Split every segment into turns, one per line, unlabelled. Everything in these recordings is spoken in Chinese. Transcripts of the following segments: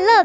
乐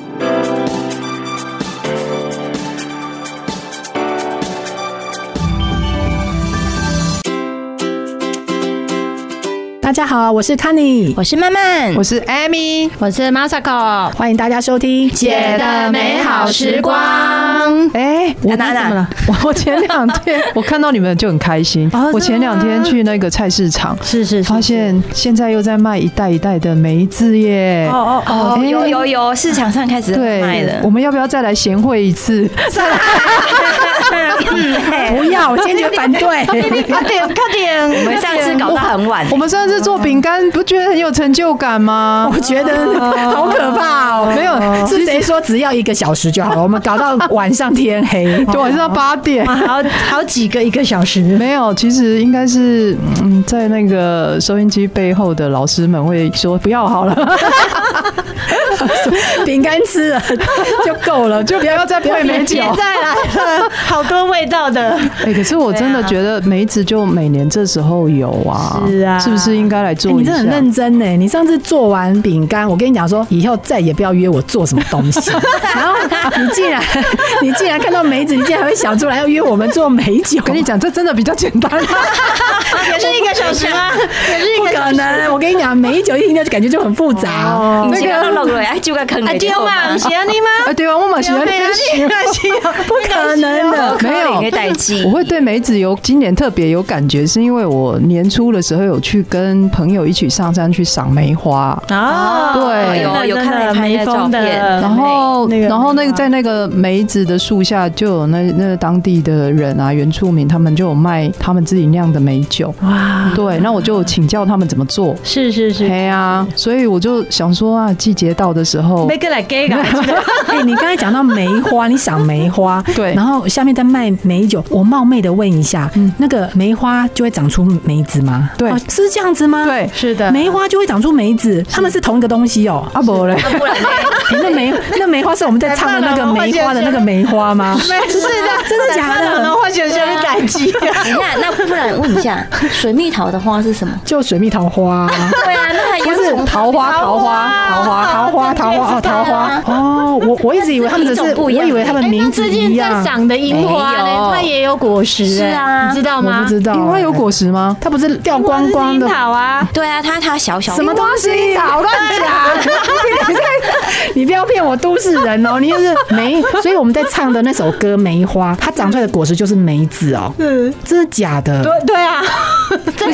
大家好，我是 t a n y
我是曼 曼，
我是 Amy，
我是 Masako，
欢迎大家收听《
姐的美好时光》。
哎、我
娜娜
怎么了？我我前两天我看到你们就很开心。我前两天去那个菜市场，
是是
发现现在又在卖一袋一袋的梅子耶。
哦哦哦，
哎
有有有，市场上开始卖
对，我
了。
们要不要再来贤惠一次？
不要，我坚决反对。
快点， 快点！
我们上次 搞到很晚
我，们上次做饼干，不觉得很有成就感吗？
我觉得好可怕哦！
没有
是谁说只要一个小时就 好了？我们搞到晚上天黑，
对晚上八点。
好好几个一个小时。
没有，其实应该是嗯，在那个收音机背后的老师们会说不要 好了，
饼干吃了就够了， 就
就不要再配美酒。
再来了， 好多味道的。
啊
哎、可是我真的觉得梅子就每年这时候有啊，
是啊
不是应该来做
你
一
真
下？
的很认真呢！你上次做完饼干，我跟你讲说，以后再也不要约我做什么东 西。然后你竟然， 你竟然看到梅子，你竟然还会想出来要约我们做美酒。
跟你讲，这真的比较简单。
也是一个小时吗？也是一个不可能！我跟你讲，美酒一听就感觉就很复杂。
你这个弄了，还就个
啊
坑给嘛，
哎，对啊，我马上要去。
不可能的。
没有
给代记
我。会对梅子有今年特别有感觉，是因为我年初的时候有去跟朋友一起上山去赏梅花，
啊
哦
对
有有看到拍的照片，
然后，
嗯那个
然后那
梅
个
花
在那个梅子的树下，就有那那个当地的人啊，原住民，他们就有卖他们自己酿的美酒。
哇，
对，那我就请教他们怎 么做。
是是是，
嘿啊，所以我就想说啊，季节到的时候，
个来 gay 个，
哎，你刚才讲到梅花，你赏梅花，
对
然后下面在卖美酒，我冒昧的问一下，那个梅花就会长出梅子吗？
对
哦是这样子吗？，
对
是的，
梅花就会长出梅子，它们是同一个东西哦。
阿伯 嘞，
不然呢
哎那梅那梅花是我们在唱的 那个
哎
梅花的那个梅花吗？没 是的，真的假的？
花学生
啊
代机，
啊
那那不然问一下，水蜜桃的花是什么？
就水蜜桃花啊、
对啊，那还
不是桃花，桃花，桃花，桃花，桃花，哦，桃花，
哦，我我一直以为他们只是，
这是一种
我
不一样的
以为他们
哎，那
名字
最
一
近在
样，
赏的樱花
没有
呢，它也有果实，
是
哎
啊
你知道
我
吗
不？知道、
樱花有果 实吗？
它不是掉光光的
樱桃啊，
对啊，它它小小。
什么东西？好乱讲！你不要骗我，都市人哦！你就是梅，所以我们在唱的那首歌《梅花》，它长出来的果实就是梅子哦。嗯，这是假的。
对啊，
其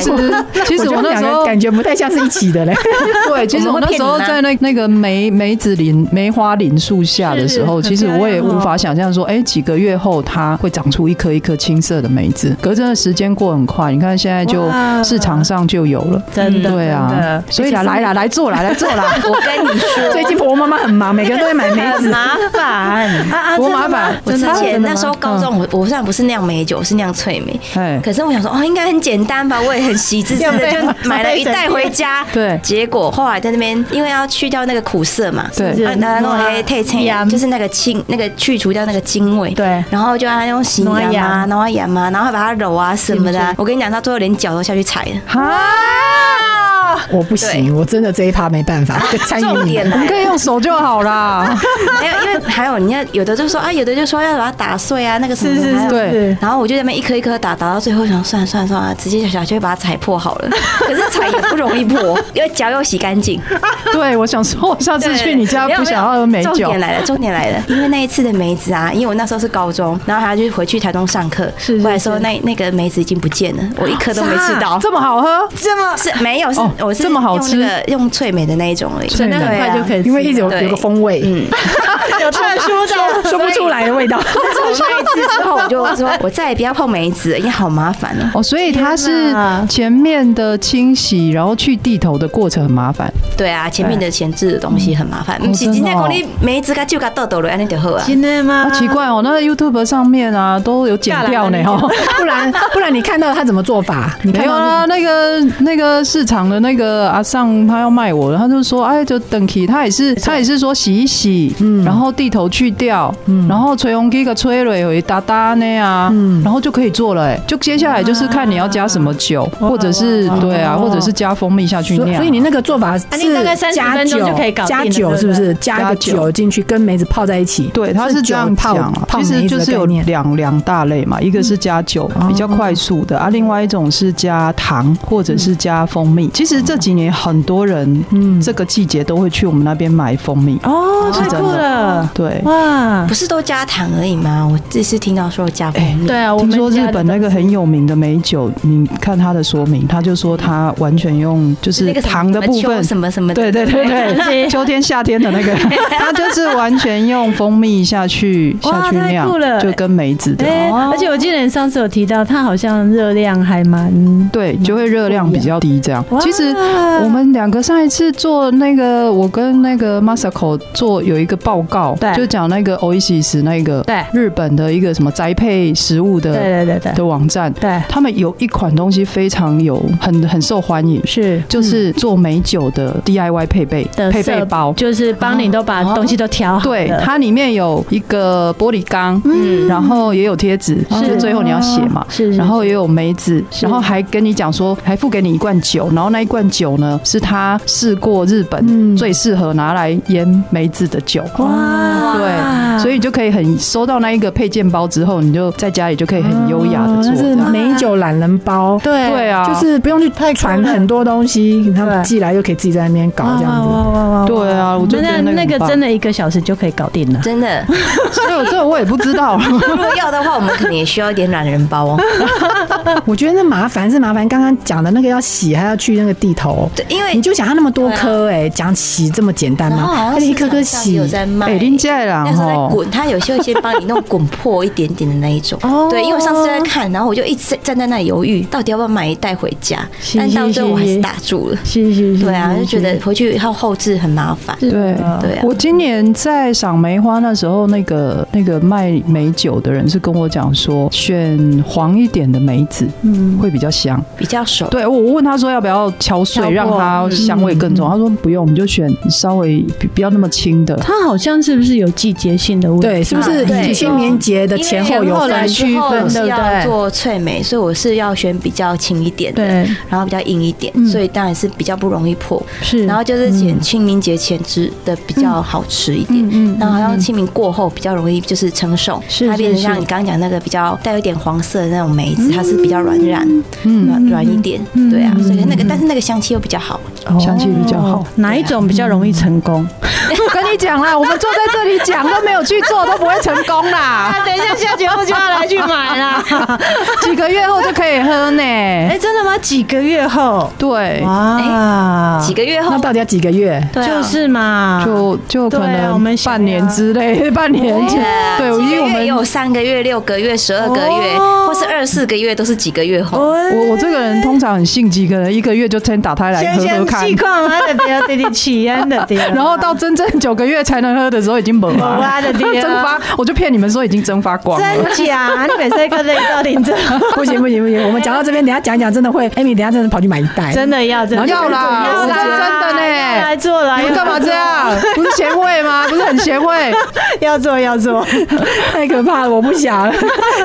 实，其实
觉
我
得
那
两
时
个
候
感觉不太像是一起的嘞。
对，其实我那时候在那那个梅梅子林梅花林树下的时候，
是
其实我也无法想象说，哎、几个月后它会长出一颗一颗青色的梅子。可是真的时间过很快，你看现在就
哇
市场上就有了，
真的
对
真
啊
的，
所以啦，来啦，来做啦，来做啦
我跟你说，
最近婆婆妈妈很忙，每个人都在买梅 子。
麻烦。
啊啊
多麻烦
我之前那时候高，中，我我虽然不是酿美酒，是酿脆梅，
哎，
可是我想说，哦，应该很简单吧，我也很喜滋滋的，就买了一袋回家。
对
结果后来在那边，因为要去掉那个苦涩嘛，
对
啊那弄黑退青，就是那个青，那个去除掉那个精味。
对
然后就让它用洗
弄
盐啊
啊，
然后盐啊，然后把它揉啊什么的啊。我跟你讲，他最后连脚都下去踩了。
哈，
我不行，我真的这一趴没办法 参与
重
你
点
们。
来
你可
了，
以用手就好啦。
还有因为还有你要有的就说啊，有的就说要把它打碎啊，那个什么的。还有
对，
然后我就在那边一颗一颗打，打到最后想算了算了算了，直接小小就会把它踩破好了。可是踩也不容易破，因为脚又洗干净。
对，我想说，我上次去你家
没有
不想要喝梅
没有重
酒
点，来了，重点来了，因为那一次的梅子啊，因为我那时候是高中，然后还要去回去台中上课，
是
后来说那那个梅子已经不见了，我一颗都没吃到。
这么好喝，
这么是没有是
哦
我是
这么好
用那个用脆梅的那一种而已，
真的很快就可以吃了，
因为一直有
对
有个风味，
嗯，
有特殊的说不出来的味道。
但是我那一次之后，我就说我再也不要碰梅子了，因为好麻烦哦。
哦，所以它是
天哪
前面的清洗，然后去地头的过程很麻烦。
对啊，前面的前置的东西很麻烦，
哦
不是
真的
今天
哦
讲你梅子跟就跟豆豆了，安尼就好啊。
真的吗
啊，？奇怪哦，那个 YouTube 上面啊都有剪掉呢 哦。
不然不然你看到他怎么做法？你
没
看
有
到
啊，那个那个市场的那
嗯
个阿尚他要卖我，他就说，哎，就等起，他也是他也是说洗一洗，然后地头去掉，然后吹红鸡个吹蕊有一哒哒那啊，
嗯啊
然后就可以做了、哎，就接下来就是看你要加什么酒，或者是对啊，或者是加蜂蜜下去
哦所以
酿。啊
所以你那个做法是
你大概30
加
分
酒
钟就可以搞定
加
了
酒是不是？加
加
个
酒
酒进去跟梅子泡在一起。
对，它是这样
酒泡
讲啊，
泡
其实
梅子
就
的
是有
概念。
两两大类嘛，一个是加酒比较快速的啊，另外一种是加糖或者是加蜂蜜。其实这几年很多人
嗯
这个季节都会去我们那边买蜂蜜，
哦，
是
太
真的
酷了，
对。
哇！
不是都加糖而已吗？我这次听到说加蜂蜜，
对啊，我
听
们
说
家
日
的
本那个很有名的美酒，你看它的说明，它就说它完全用就哎
那
是
个什么
糖的部
什么
分
秋，什么什么的，
对对对对，
对
秋天夏天的那个，它就是完全用蜂蜜下去下
哇
去
太
酿
酷，了
就跟梅子的。哦
哎、而且我记得你上次有提到，它好像热量还蛮……
对，就会热量比较低这样
嗯哇。
其实我们两个上一次做那个，我跟那个 Masako 做有一个报告
对，
就讲那个 Oasis 那个
对
日本的一个什么栽培食物
对
的
对对对
的网站，
对，
他们有一款东西非常有很很受欢迎，
是
就是做美酒的 DIY 配备
的
配备
色
包。
就是帮你都把东西都调好了，
对，它里面有一个玻璃缸，
嗯
然后也有贴纸，
是
就最后你要写嘛，
哦是，是
然后也有梅子，
嗯是
然后还跟你讲说，还付给你一罐酒，然后那一罐酒呢是他试过日
嗯
本最适合拿来腌梅子的酒。
哇，
对，所以你就可以很收到那一个配件包之后，你就在家里就可以很优雅的
哦
做
那
这
是
样。
美酒懒人包。
对
对啊，
就是不用去太传很多东西，他们寄来就可以自己在那边搞这样子。
哇哇哇，
对啊，我就觉
那
得
那
那
个真
的，
的一个小时就可以搞定了。
真的。
所以我啊这我也不知道。
如果要的话，我们可能也需要一点懒人包哦。
我觉得那麻烦是麻烦，刚刚讲的那个要洗，还要去那个地头。
对，因为
你就想它那么多颗
啊
哎，讲洗这么简单
然后好
吗？而
像
且
是
一颗颗洗
有，在卖，
哎，林家人
但是在
吼，
滚，它有些会先帮你弄滚破一点点的那一种。
哦
对，因为我上次在看，然后我就一直站在那里犹豫，到底要不要买一袋回家，
是
但到
是
最后我还
是
是打住了。
是是是，
对啊，
是
就觉得回去要后置很麻烦。
对。
对啊，
我今年在赏梅花那时候，那个那个卖梅酒的人是跟我讲说，选黄一点的梅子，嗯，会比较香。
比较熟。
对我问他说要不要敲
敲
碎，
破
让它香味更重，他说不用，你就选稍微比不要那么轻的。
它好像是不是有季节性的问题？
对，哎是不是
对
以清明节的前后有
来
分？
区分
是
对不对
要做脆梅，所以我是要选比较轻一点的，
对，嗯
然后比较硬一点，所以当然是比较不容易破。
是，
然后就是选清明节前吃的比较好吃一点，
嗯
然后好像清明过后比较容易就是成熟，
是
它变成
是
像
是
你刚刚讲那个比较带有点黄色的那种梅子，它是比较软软
嗯，
软软一点，
嗯
对啊，所以那个但是那个香气又比较好，
香气比较好
哦。哪一种比较容易成功？
我跟你讲啦，我们坐在这里讲都没有去做，都不会成 功啦。
等一下下节目就要来去买啦。
几个月后就可以喝 呢。
哎，真的吗？几个月后？
对，
哇，
几个月后
那到底要几个月？
对啊
就是嘛，
就就可
对啊我们
能
想
半年之类，半年前。对，
几
因
个
为我
月
们
有三个月、六个月、十二个月，
哦
或是二四个月，都是几个月后。
我
我我这个人通常很性急，可能一个月就先打开来喝喝看
气，矿，我的爹，弟弟起安的爹，
然后到真正九个月才能喝的时候已经没
没
了
啊就对啊
蒸发，我就骗你们说已经蒸发光了。
真假？你每次跟那到底真
不行不行不行，我们讲到这边，等一下讲一讲真的会，Amy 等一下真的跑去买一袋，
真的要真的
要啦
要啦，
我是真的呢
要来做啦，
你们干嘛这样？不是贤惠吗？不是很贤惠？
要做要做，
太可怕了，我不想，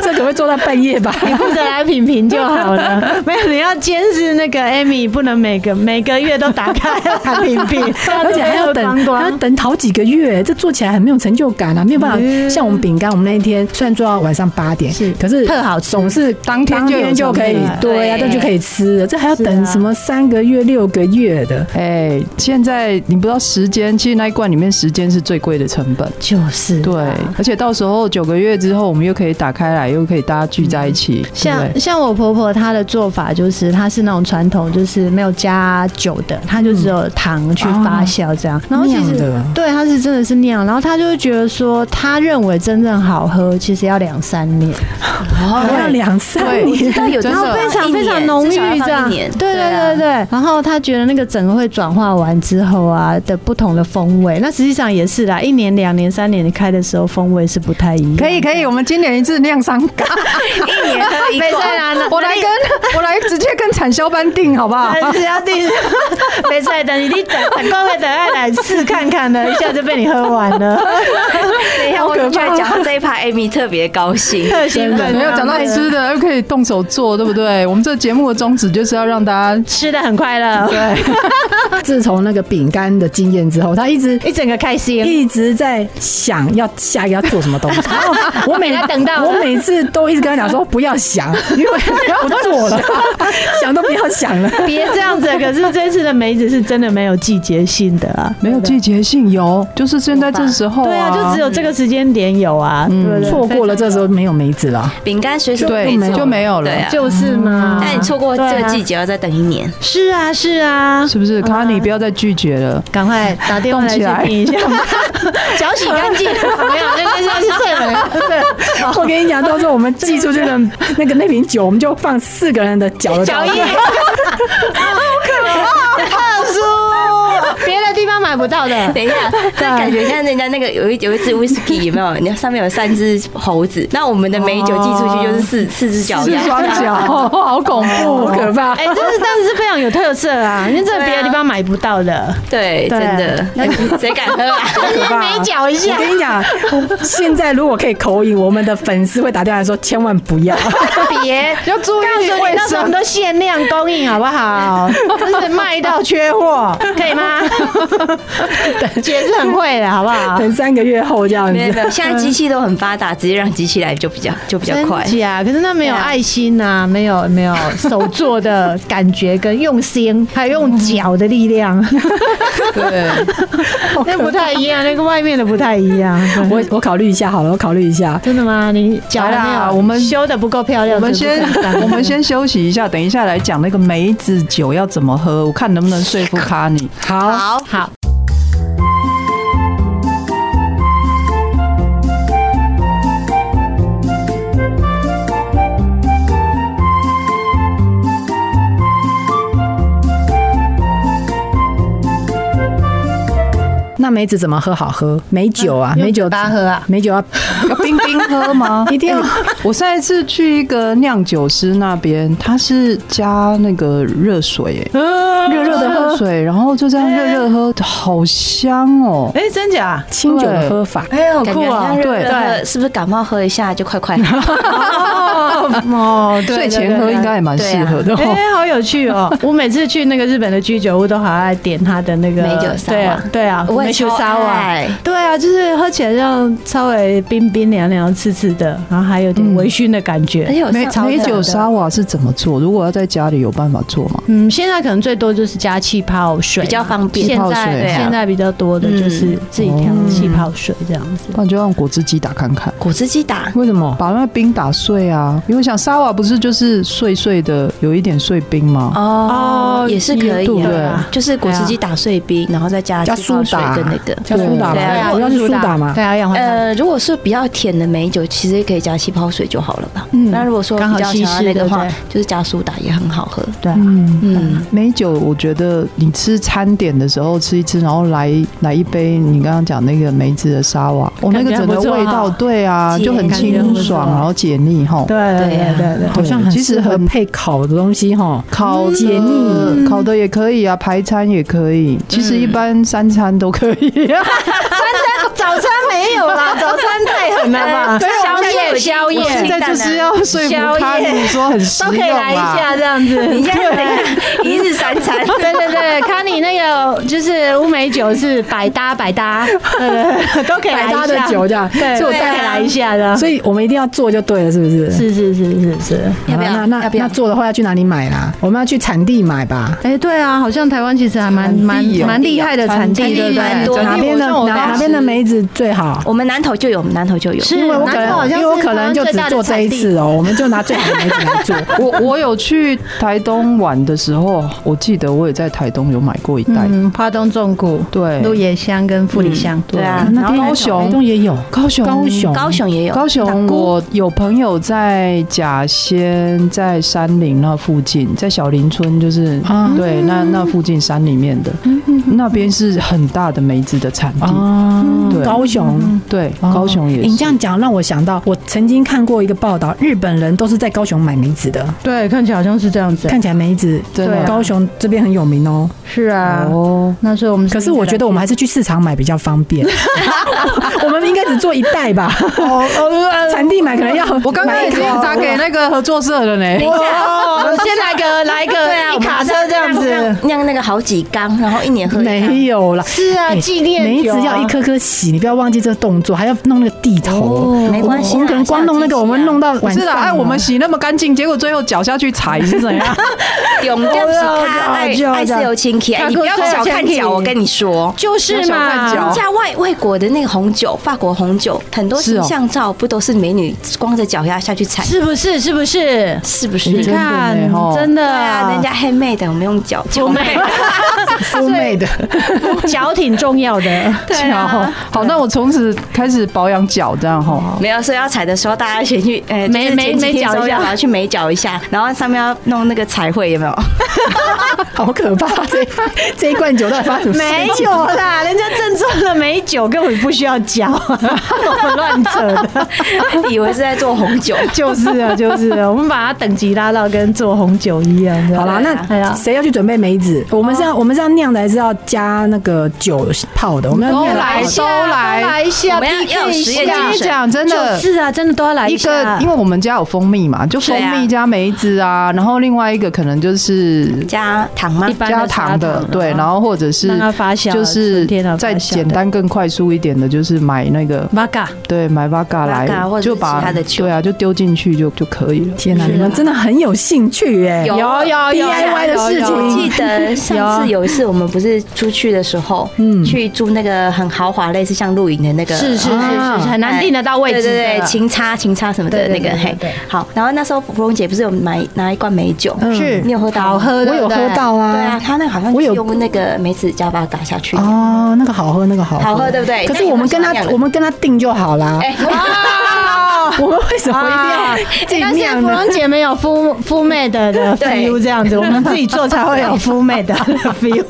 这可会做到半夜吧？
你负责来品评就好了。 没有，你要监视那个 Amy，不能每个每个月都打开来品 评，
而且还要等，还要等好几个月，这做起来很没有成就感啊，没有办法。像我们饼干，我们那一天虽然做到晚上八点，
是
可是
特好吃
总是
当天
当
就有
天就可以
成品，
对呀，
对
这就可以吃了，这还要等什么三个月、六个月的？
哎，现在你不知道时间，其实那一罐里面时间是最贵的成本。
就是
对，而且到时候九个月之后，我们又可以打开来，又可以大家聚在一 起，对不
像
对
像我婆婆她的做法就是，她是那种传统，就是没有加酒的，她就只有糖去发酵这样。然后其
酿
实
的
对，她是真的是酿，然后她就会觉得说，她认为真正好喝其实要两三年，
好像两三
对
年，
知道有的
真
然
的
后非常非常浓郁这样。对对对对，然后她觉得那个整个会转化完之后啊的不同的风味，那实际上也是啦，一年、两年、三年你开的时候风味是不太一样。
可以可以，我们今年一次酿商 咖，
一年喝一
没事
罐，
啦，
我来跟我来直接跟产销班定好不 好？
但是要定， 没事，等你等等各位等下来试看看呢，一下就被你喝完了。
可
居然
怕！
讲到这一趴，Amy 特别高 兴。
特兴奋，
没有讲到吃的，又可以动手做，对不啊对？我们这节目的宗旨就是要让大家
吃的很快乐，
自从那个饼干的经验之后，他一直
一整个开心。
一直在想要下一个要做什么东 西。然后我每
他等到了
我每次都一直跟他讲说不要 想，因为我做了， 想都不要想了。
别这样子，可是这次的梅子是真的没有季节性的啊，
没有季节性，有就是现在这时候
对啊，就只有这个时间点有啊，
嗯
对不对？
错过了这时候没有梅子了，
饼干随时
对
可以做
就没有了
对啊，
就是嘛。
但你错过这个季节，要再等一年。
是啊，是啊，
是不是？卡尼不要再拒绝了。
赶快打电话
动起来
来去订一下吧，脚洗干净，没有，那那那是最美的。
我跟你讲，到时候我们寄出去的那个那瓶酒，我们就放四个人的脚的
脚
照
印，
片。
好可怕，特殊，别的地方买不到的。
等一 下，
啊
这感觉像人家那个有一有一只 whisky 有没有？你看上面有三只猴子，那我们的美酒寄出去就是
哦
四四只脚
是
丫，
双脚，好恐
好
怖，
可怕！
哎，这是但是非常有特色啊，因为这
对啊
别的地方买不到的。
对，真的，谁敢 喝啊？
可怕
美脚一下
我跟你讲，现在如果可以口音，我们的粉丝会打电话来说千万不要。
别，
要注
告
意
诉你
卫
那时候我
生
们。都限量供应，好不好？真是 卖到缺货，可以 吗？姐是很会的，好不 好？
等三个月后这样
没有没
子，
有，现在机器都很发达，直接让机器来就比较就比较快。
真假？可是那没有
对啊
爱心呐、没有没有手做的感觉跟用 心，还有用脚的力量，
对，
那不太一样，那个外面的不太一样。
我我考虑一下好了，我考虑一下。
真的吗？你脚
来
没
啦
有？
我们
修的不够漂亮，
我们
是不是
先 我们先休息一下，等一下来讲那个梅子酒要怎么喝，我看能不能说服卡尼。
好，
好好。
那梅子怎么喝好喝？美酒啊，
用
美酒
嘴巴喝啊
美酒要
要冰冰喝 吗？一定要！哎我上一次去一个酿酒师那边，他是加那个热水、欸，
啊
热热的喝水，然后就这样热热喝，好香哦、
哎，真假？
清酒的喝法。
哎，好
感觉
酷
像
哦！
热
对
热的，是不是感冒喝一下就快快？
哦，对
睡前喝应。该也蛮适合的、
对对
哦。
哎，好有趣 哦！我每次去那个日本的居酒屋，都好爱点他的那个
美酒沙瓦
对啊，对啊，
我也
梅酒
超
沙瓦。
爱
对啊，就是喝起来像稍微冰冰凉凉、刺刺的，然后还有点微醺的感觉。
而且我
梅
上
梅酒沙瓦是怎么做？如果要在家里有办法做吗？
嗯，现在可能最多就是加气泡水嘛，
比较方便
现
气泡
在
水
现在比较多的就是自己调气泡水这样子。
不然就让果汁机打看看。
果汁机打，
为什么？
把那冰打碎啊，因为想沙瓦不是就是碎碎的，有一点碎冰吗？
哦，也是可以
对
啊，就是果汁机打碎冰，然后再加
加
气
苏
泡水
打
跟那个。
加苏打
对
嘛，
啊
主要是苏打嘛。
对啊，氧化碳
呃，如果是比较甜的美酒，其实可以加气泡水就好了吧。
嗯
那如果说
刚好
比较
稀
想要
释
那个
对
的
不
话
对，
就是加苏打也很好喝。
对啊，
嗯，
嗯，
美酒我觉得你吃餐点的时候吃一吃，然后来来一杯你刚刚讲那个梅子的沙瓦，哦，那
感觉
个整个
还不错
味道，
哈
对啊，
解
就很清爽，然后解腻哈。
对对
对啊
对对对。
好像很适合配烤的东西哈，
烤的
解腻
烤的也可以啊，排餐也可以，其实一般三餐都可以。啊
早餐没有啦，早餐太狠了吧？宵夜宵
我
夜
现在就是要说服
宵
他，
夜
你说很实
嗯都可以
用
来一
啦。
下这样子。
你现在等一下一日三餐，
对对对，看你那个就是乌梅酒是百搭百搭，对对对，都可以来
百
一
搭
下
的酒这样。
对，
所
就
以
带
对啊
来一下的。
所以我们一定要做就对了，是不是？
是是是是是，
要不要
好那那
要不要
那做的话要去哪里买啦？我们要去产地买吧。
哎，对啊，好像台湾其实还蛮蛮
地哦
蛮厉害的产地，
产地
对不
蛮多
对？
啊的
哪边的
我
哪哪边的梅子最好？
我们南头就有，我们南头就有。
是
因为我可
嗯南投好
能因
像
为我
是
可
台
能
湾
就
最
只
大的
做这
产
一
地
次哦，我们就拿最好的梅子来做。
我我有去台东玩的时候，我记得我也在台东有买过一袋。
嗯，花东纵谷、
对，
鹿野乡跟富里乡，
对啊，
那
然后
边
高
台
雄
东也有，
高雄，
高
哦
雄
高雄也有，
高雄，我有朋友在甲仙，在山林那附近，在小林村，就是、
啊嗯
对，那那附近山里面的，那边是很大的梅子的产地。
哦
对嗯
高雄。啊
对，高雄也
你这
是。
样讲让我想到，我曾经看过一个报报道，日本人都是在高雄买梅子的，
对，看起来好像是这样子。
看起来梅子
真的
对啊
高雄这边很有名哦。
是啊，
哦，
那所以我们
可是我觉得我们还是去市场买比较方便，我们应该只做一袋吧，产地买可能要
我刚刚已经打给那个合作社了呢。
哦， 先来
啊
个来个一卡车这样子，
酿那个好几缸，然后一年喝一缸。
没有啦。
是啊，
哎
纪念
梅子
酒啊
要一颗颗洗，你不要忘记这个动作，还要弄那个地头。
没关系啦
我们可能光弄那个，
下
我们弄到晚
是
上
啦，
啊。
哎，我们洗那么干净，结果最后脚下去踩是怎样？
永不是他爱爱是有亲戚，哎你不要小看脚，我跟你说。
就是
小
嘛
看
人
脚，
家外外国的那个红酒，法国红酒，很多
是哦
形象照不都是美女光着脚丫下去踩，
是不是？是不是？
是不
你
是？对
看
呢哦，
真的
啊，人家 handmade，我们用脚
啊
脚 妹，
肤妹的，
脚挺重要的，
对啊。
好，那我从此开始保养脚，这样哈。
没有，所以要踩的时候，大家先去，呃，
美
就是前几
美
天
美脚一下
然后去美脚一下，然后上面要弄那个彩绘，有没有？
好可 怕！这这一罐酒到底发生什么事
没
情？
有啦，哎人家正宗的美酒根本不需要脚，我乱扯的，
以为是在做红酒，
就是啊，就是啊，我们把它等级拉到跟做红酒一样。
好啦，
哎
那
呀，哦
谁要去准备梅子？我们是要我们是要酿的，还是要加那个酒泡的？我们要
都
酿的。
来
一下
都来
都来一下
我们要
PK
要有实验
一下
跟你讲，真的
就是啊，真的都要来
一
下
个，因为我们家有蜂蜜嘛，就蜂
对啊
蜜加梅子啊，然后另外一个可能就是
加糖吗
一？般啊
加
的
糖
砂
的，对，然
后
后或者是
让它发酵
就是
春天啊
再
发酵的
简单更快速一点的，就是买那个
v 嘎，
对买 v 嘎
Vodka 或
来
者
就是把
其他的酒
对啊就丢进去就就可以了。
天哪，你们真的很有兴趣耶！
有
有
DIY 的事
我记
情，
得上次有一次我们不是出去的时候，嗯，去住那个很豪华，类似像露营的那个，哎
是是是
啊
是，是很难定得到位置的，
对对对，琴叉琴叉什么的
对
那
对
个
对
嘿
对对，
好。然后那时候芙蓉姐不是有买拿一罐美酒，
是
你有喝到吗
好喝，
我有
对不对
嗯喝到
对
啊。
啊，她那个好像
我
就
有
是用那个梅子加把它打下去，
啊
哦，那个好喝，那个好喝，
好喝对不
哎
对
可是我们跟他
那有没有什么样，的
我们跟他订就好啦。
哎，
我们为什么
啊
一定要
但
自己
是
酿
芙
呢
蓉？姐没有敷敷妹的的
对
feel 这样子，我们自己做才会有敷妹 的 feel，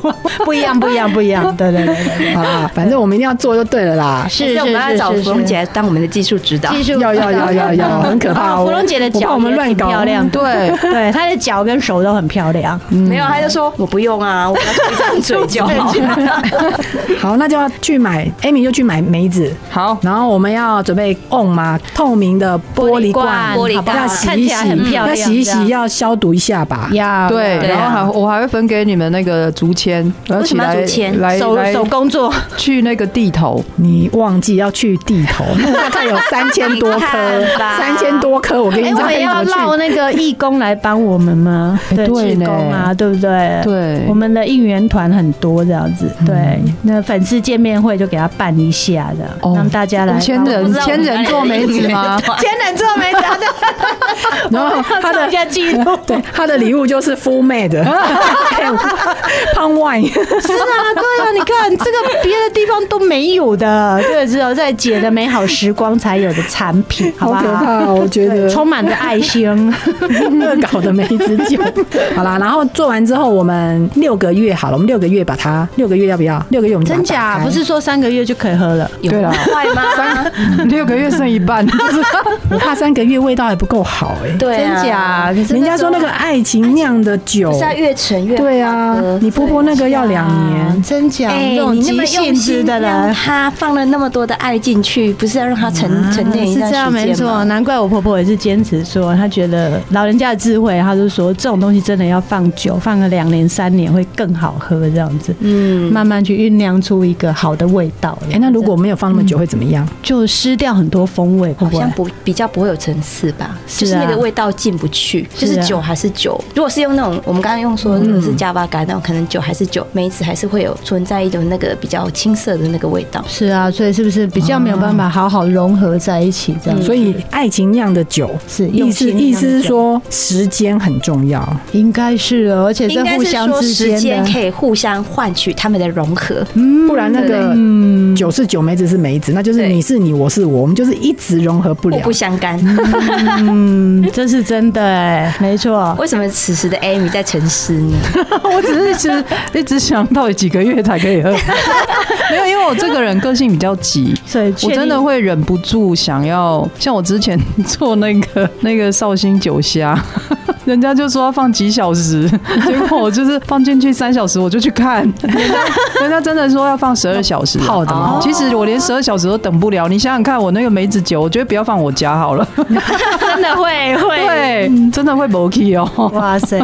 不一样，不一样，不一样。对对对对对，
好啦，反正我们一定要做就对了啦。
是
所以
是
我们要
是
找芙
是
蓉姐
是。
来当我们的技术指导，
技术
要要要要要，很可怕。
哦芙蓉姐的
我怕
脚
我们
也
乱
挺
搞，
漂亮的，
对
对，她的脚跟手都很漂亮。
没有，她就说我不用啊，我要一张嘴就好。
好，那就要去买，Amy 就去买梅子，
好，
然后我们要准备 on 嘛，透明的玻璃罐，
玻璃罐
好不好
要
洗
看
一
起来
洗，
很漂亮，啊
要洗一洗，要消毒一下吧。
这样要
对，
对啊
然后还我还会分给你们那个竹签，然后
为什
起
么要
来
竹签
来
手
来
手工做，
去那个地头，
你忘记要去地 头，那大概有三千多
你
颗
看，吧
三千多颗，我跟你
哎，
讲，
我们要
你怎么去
让那个义工来帮我们吗？
哎
对，
对
义
呢
工啊，对不对？嗯
对
我们的应援团很多这样子，对，那粉丝见面会就给他办一下的，
哦
让大家来哦
千人 千人做梅子吗？
千人做没达到，
然后他
做
的
一下记录。
对他的礼物就是 full made 胖 wine，
是啊，对啊，你看这个别的地方都没有的，对，只有在姐的美好时光才有的产品， 好
好
不
可怕哦，我觉
对，
得
充满着爱心。
恶搞的梅子酒。好啦，然后做完之后，我们六个月好了，我们六个月把它六个月要不要？六个月我们把它
真假？
打开
不是说三个月就可以喝了？
对 啦，
坏
啊
吗？
六个月剩一半，就是
我怕三个月味道还不够好哎、
对啊，
真假？可是
人家说那个爱情酿的酒
不，是要越陈越
对啊
好
哦
喝，
你婆婆那个要两
嗯啊
年。
真假？
哎，
这种
你那
急
么
性
用
子
心
的
让
人。
他放了那么多的爱进去，不是要让他沉沉淀
啊嗯
一
是
段
这样没
时间
错，
吗？
难怪我婆婆也是坚持说，她觉得老人家的智慧，她就说这种东西真的要放久，放个两年三年会更好喝，这样子，
嗯，
慢慢去酝酿出一个好的味道。
哎、那如
嗯
果没有放那么久会怎么样？
就失掉很多风味，会
好
不会
像？不比较不会有层次吧，
是
就
啊
是那个味道进不去，就是
啊
是酒还是酒。如果是用那种我们刚刚用说那个是加巴嘎那种，可能酒还是酒，梅子还是会有存在一种那个比较青涩的那个味道。
是啊，所以是不是比较没有办法好好融合在一起这样子？
所以爱情酿的酒，
是
意
嗯用
思
心
意思是
酿酒
说时间很重要。
应该是哦，而且
应
这
该
互
是
相
说
之
时
间
间
的
可以互相换取他们的融合，
嗯
嗯
不然那个酒是酒，梅子是梅子，那就是
对
你是你，我是我，我们就是一直融合不
互
了
不。相干。
嗯，这是真的哎、没错。
为什么此时的 Amy 在沉思呢？
我只是其实一直想到底几个月才可以喝， 没有，因为我这个人个性比较急，
所以
我
确
真
定
的会忍不住想要，像我之前做那个 那个绍兴酒虾。 人家就说要放几小 时，结果我就是放进去三小时，我就去看。人家人家真的说要放十二小时，啊哦
泡的吗
其实我连十二小时都等不了。你想想看，我那个梅子酒，我觉得不要放我家好了。
真的会会
对，真的会 m o k 哦。
哇塞！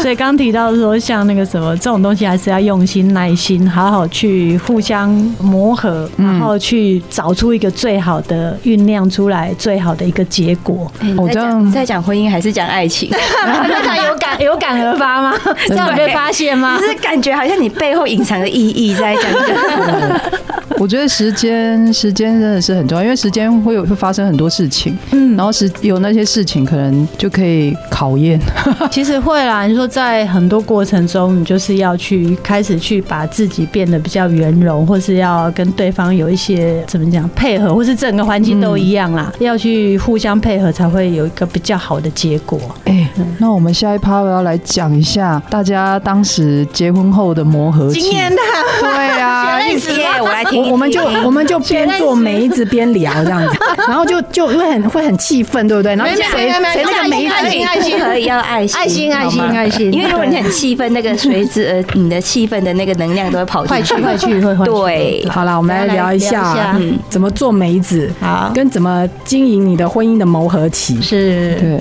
所以刚提到说，像那个什么这种东西，还是要用心、耐心，好好去互相磨合，然后去找出一个最好的酝酿出来最好的一个结果。
哎
我
你在
这样
讲你在讲婚姻还是讲爱情？
大家有感有感而发吗？这样有被发现吗
就？是感觉好像你背后隐藏的意义在讲一个
我觉得时间，时间真的是很重要，因为时间会有会发生很多事情，
嗯
然后是有那些事情可能就可以考验。
其实会啦。你说在很多过程中，你就是要去开始去把自己变得比较圆融，或是要跟对方有一些怎么讲配合，或是整个环境都一样啦，要去互相配合，才会有一个比较好的结果。
哎、那我们下一趴我要来讲一下大家当时结婚后的磨合期。
谈，
对啊，
意思，我来听一听。
我我们就我们就边做梅子边聊这样子， 然后就就会很会很气愤，对不对？然后
没有
谁
没有没有
谁那个
没
梅
有
子
爱心爱心
可以要爱心，
爱心爱心
好吗
爱心
因为如果你很气愤，那个随之而 你的气愤的那个能量都会跑进
快去快去会快去
对，
嗯好了，我们来聊一
来聊一
下
下
嗯怎么做梅子，
好
跟怎么经营你的婚姻的磨合期。
是
对。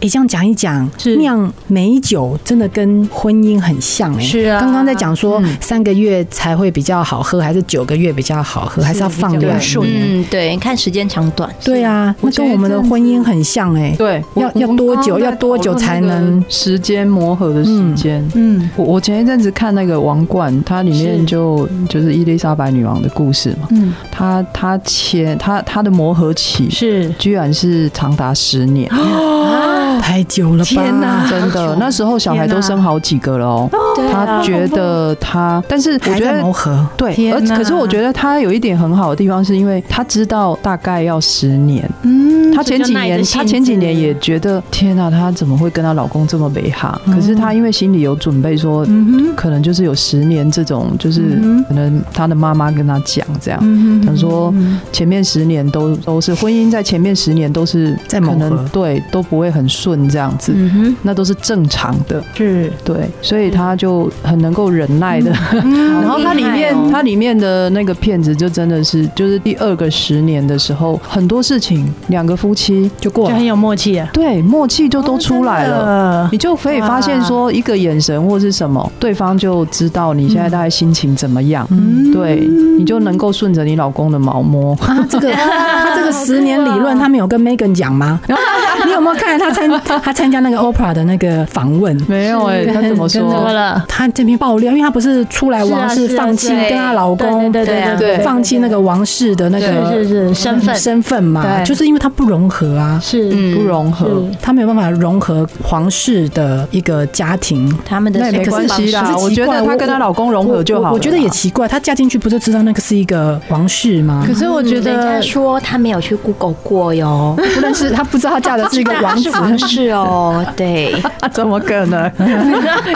诶，这样讲一讲，
是
酿美酒真的跟婚姻很像哎、
是啊
刚刚在讲说三个月才会比较好喝，还是九个月比较好喝，还是要放
比较
量？
顺
嗯，对，看时间长短。
对啊，
我
那
觉
跟
得
我们的婚姻很像哎、
对，我
要
我
要
们
多
刚刚
久
在
要多久
讨论
才
那个
能
时间磨合的时间？
嗯，
我我前一阵子看那个《王冠》，它里面就就是伊丽莎白女王的故事嘛。
嗯，
她她前她她的磨合期
是
居然是长达 十年，哦
太久了吧？
哦天哪
真的，那时候小孩都生好几个了哦。
啊
她觉得她，但是我
还
觉
在
得
磨合，
对，
天
而
哪
可是我觉得她有一点很好的地方，是因为她知道大概要十年。
嗯
她前几年，她前几年也觉得天哪，她怎么会跟她老公这么美哈？可是她因为心里有准备，说
嗯
可能就是有十年这种，就是
嗯
可能她的妈妈跟她讲这样。
哼
想说前面十年都都是婚姻，在前面十年都是
在
可
磨
能
合
对都不会很顺这样子，
嗯哼，
那都是正常的，
是
对，所以他就很能够忍耐的。 然后它里面
好厉害哦
它里面的那个片子就真的是就是第二个十年的时候，很多事情两个夫妻
就过
就
了
很。有默契啊，呃
对默契就都出来了。
了
你就可以发现说一个眼神或是什么，对方就知道你现在大概心情怎么样。对，你就能够顺着你老公的毛摸。
啊，这 个他这个十年理论，他们有跟 Megan 讲吗？然后他你有没有看他参他参加那个 Oprah 的那个访问？
没 有哎、他怎么说？
怎么
哦
了？啊
他这边爆料，因为他不是出来王室放弃跟她老公
对
对
对
啊
对，
放弃那个王室的那
是
个
是身份
身份嘛，
对
就是因为他不融合啊，
是
不
嗯，
融合。
是
他没有办法融合皇室的一个家庭。
他们的
那也没
生活
关系
方
啦，
可是
我
奇
觉
怪
得她
我
跟她老公融合就
我
好
我我觉得
了
也
啦
奇怪，她嫁进去不就知道那个是一个王室
嗯
吗
可？是我
式
觉
嗯人家
得
说他没有去 Google 过哟，
不认识，她不知道她嫁的是一个王子
是。王室哦，对，
啊，怎么可能？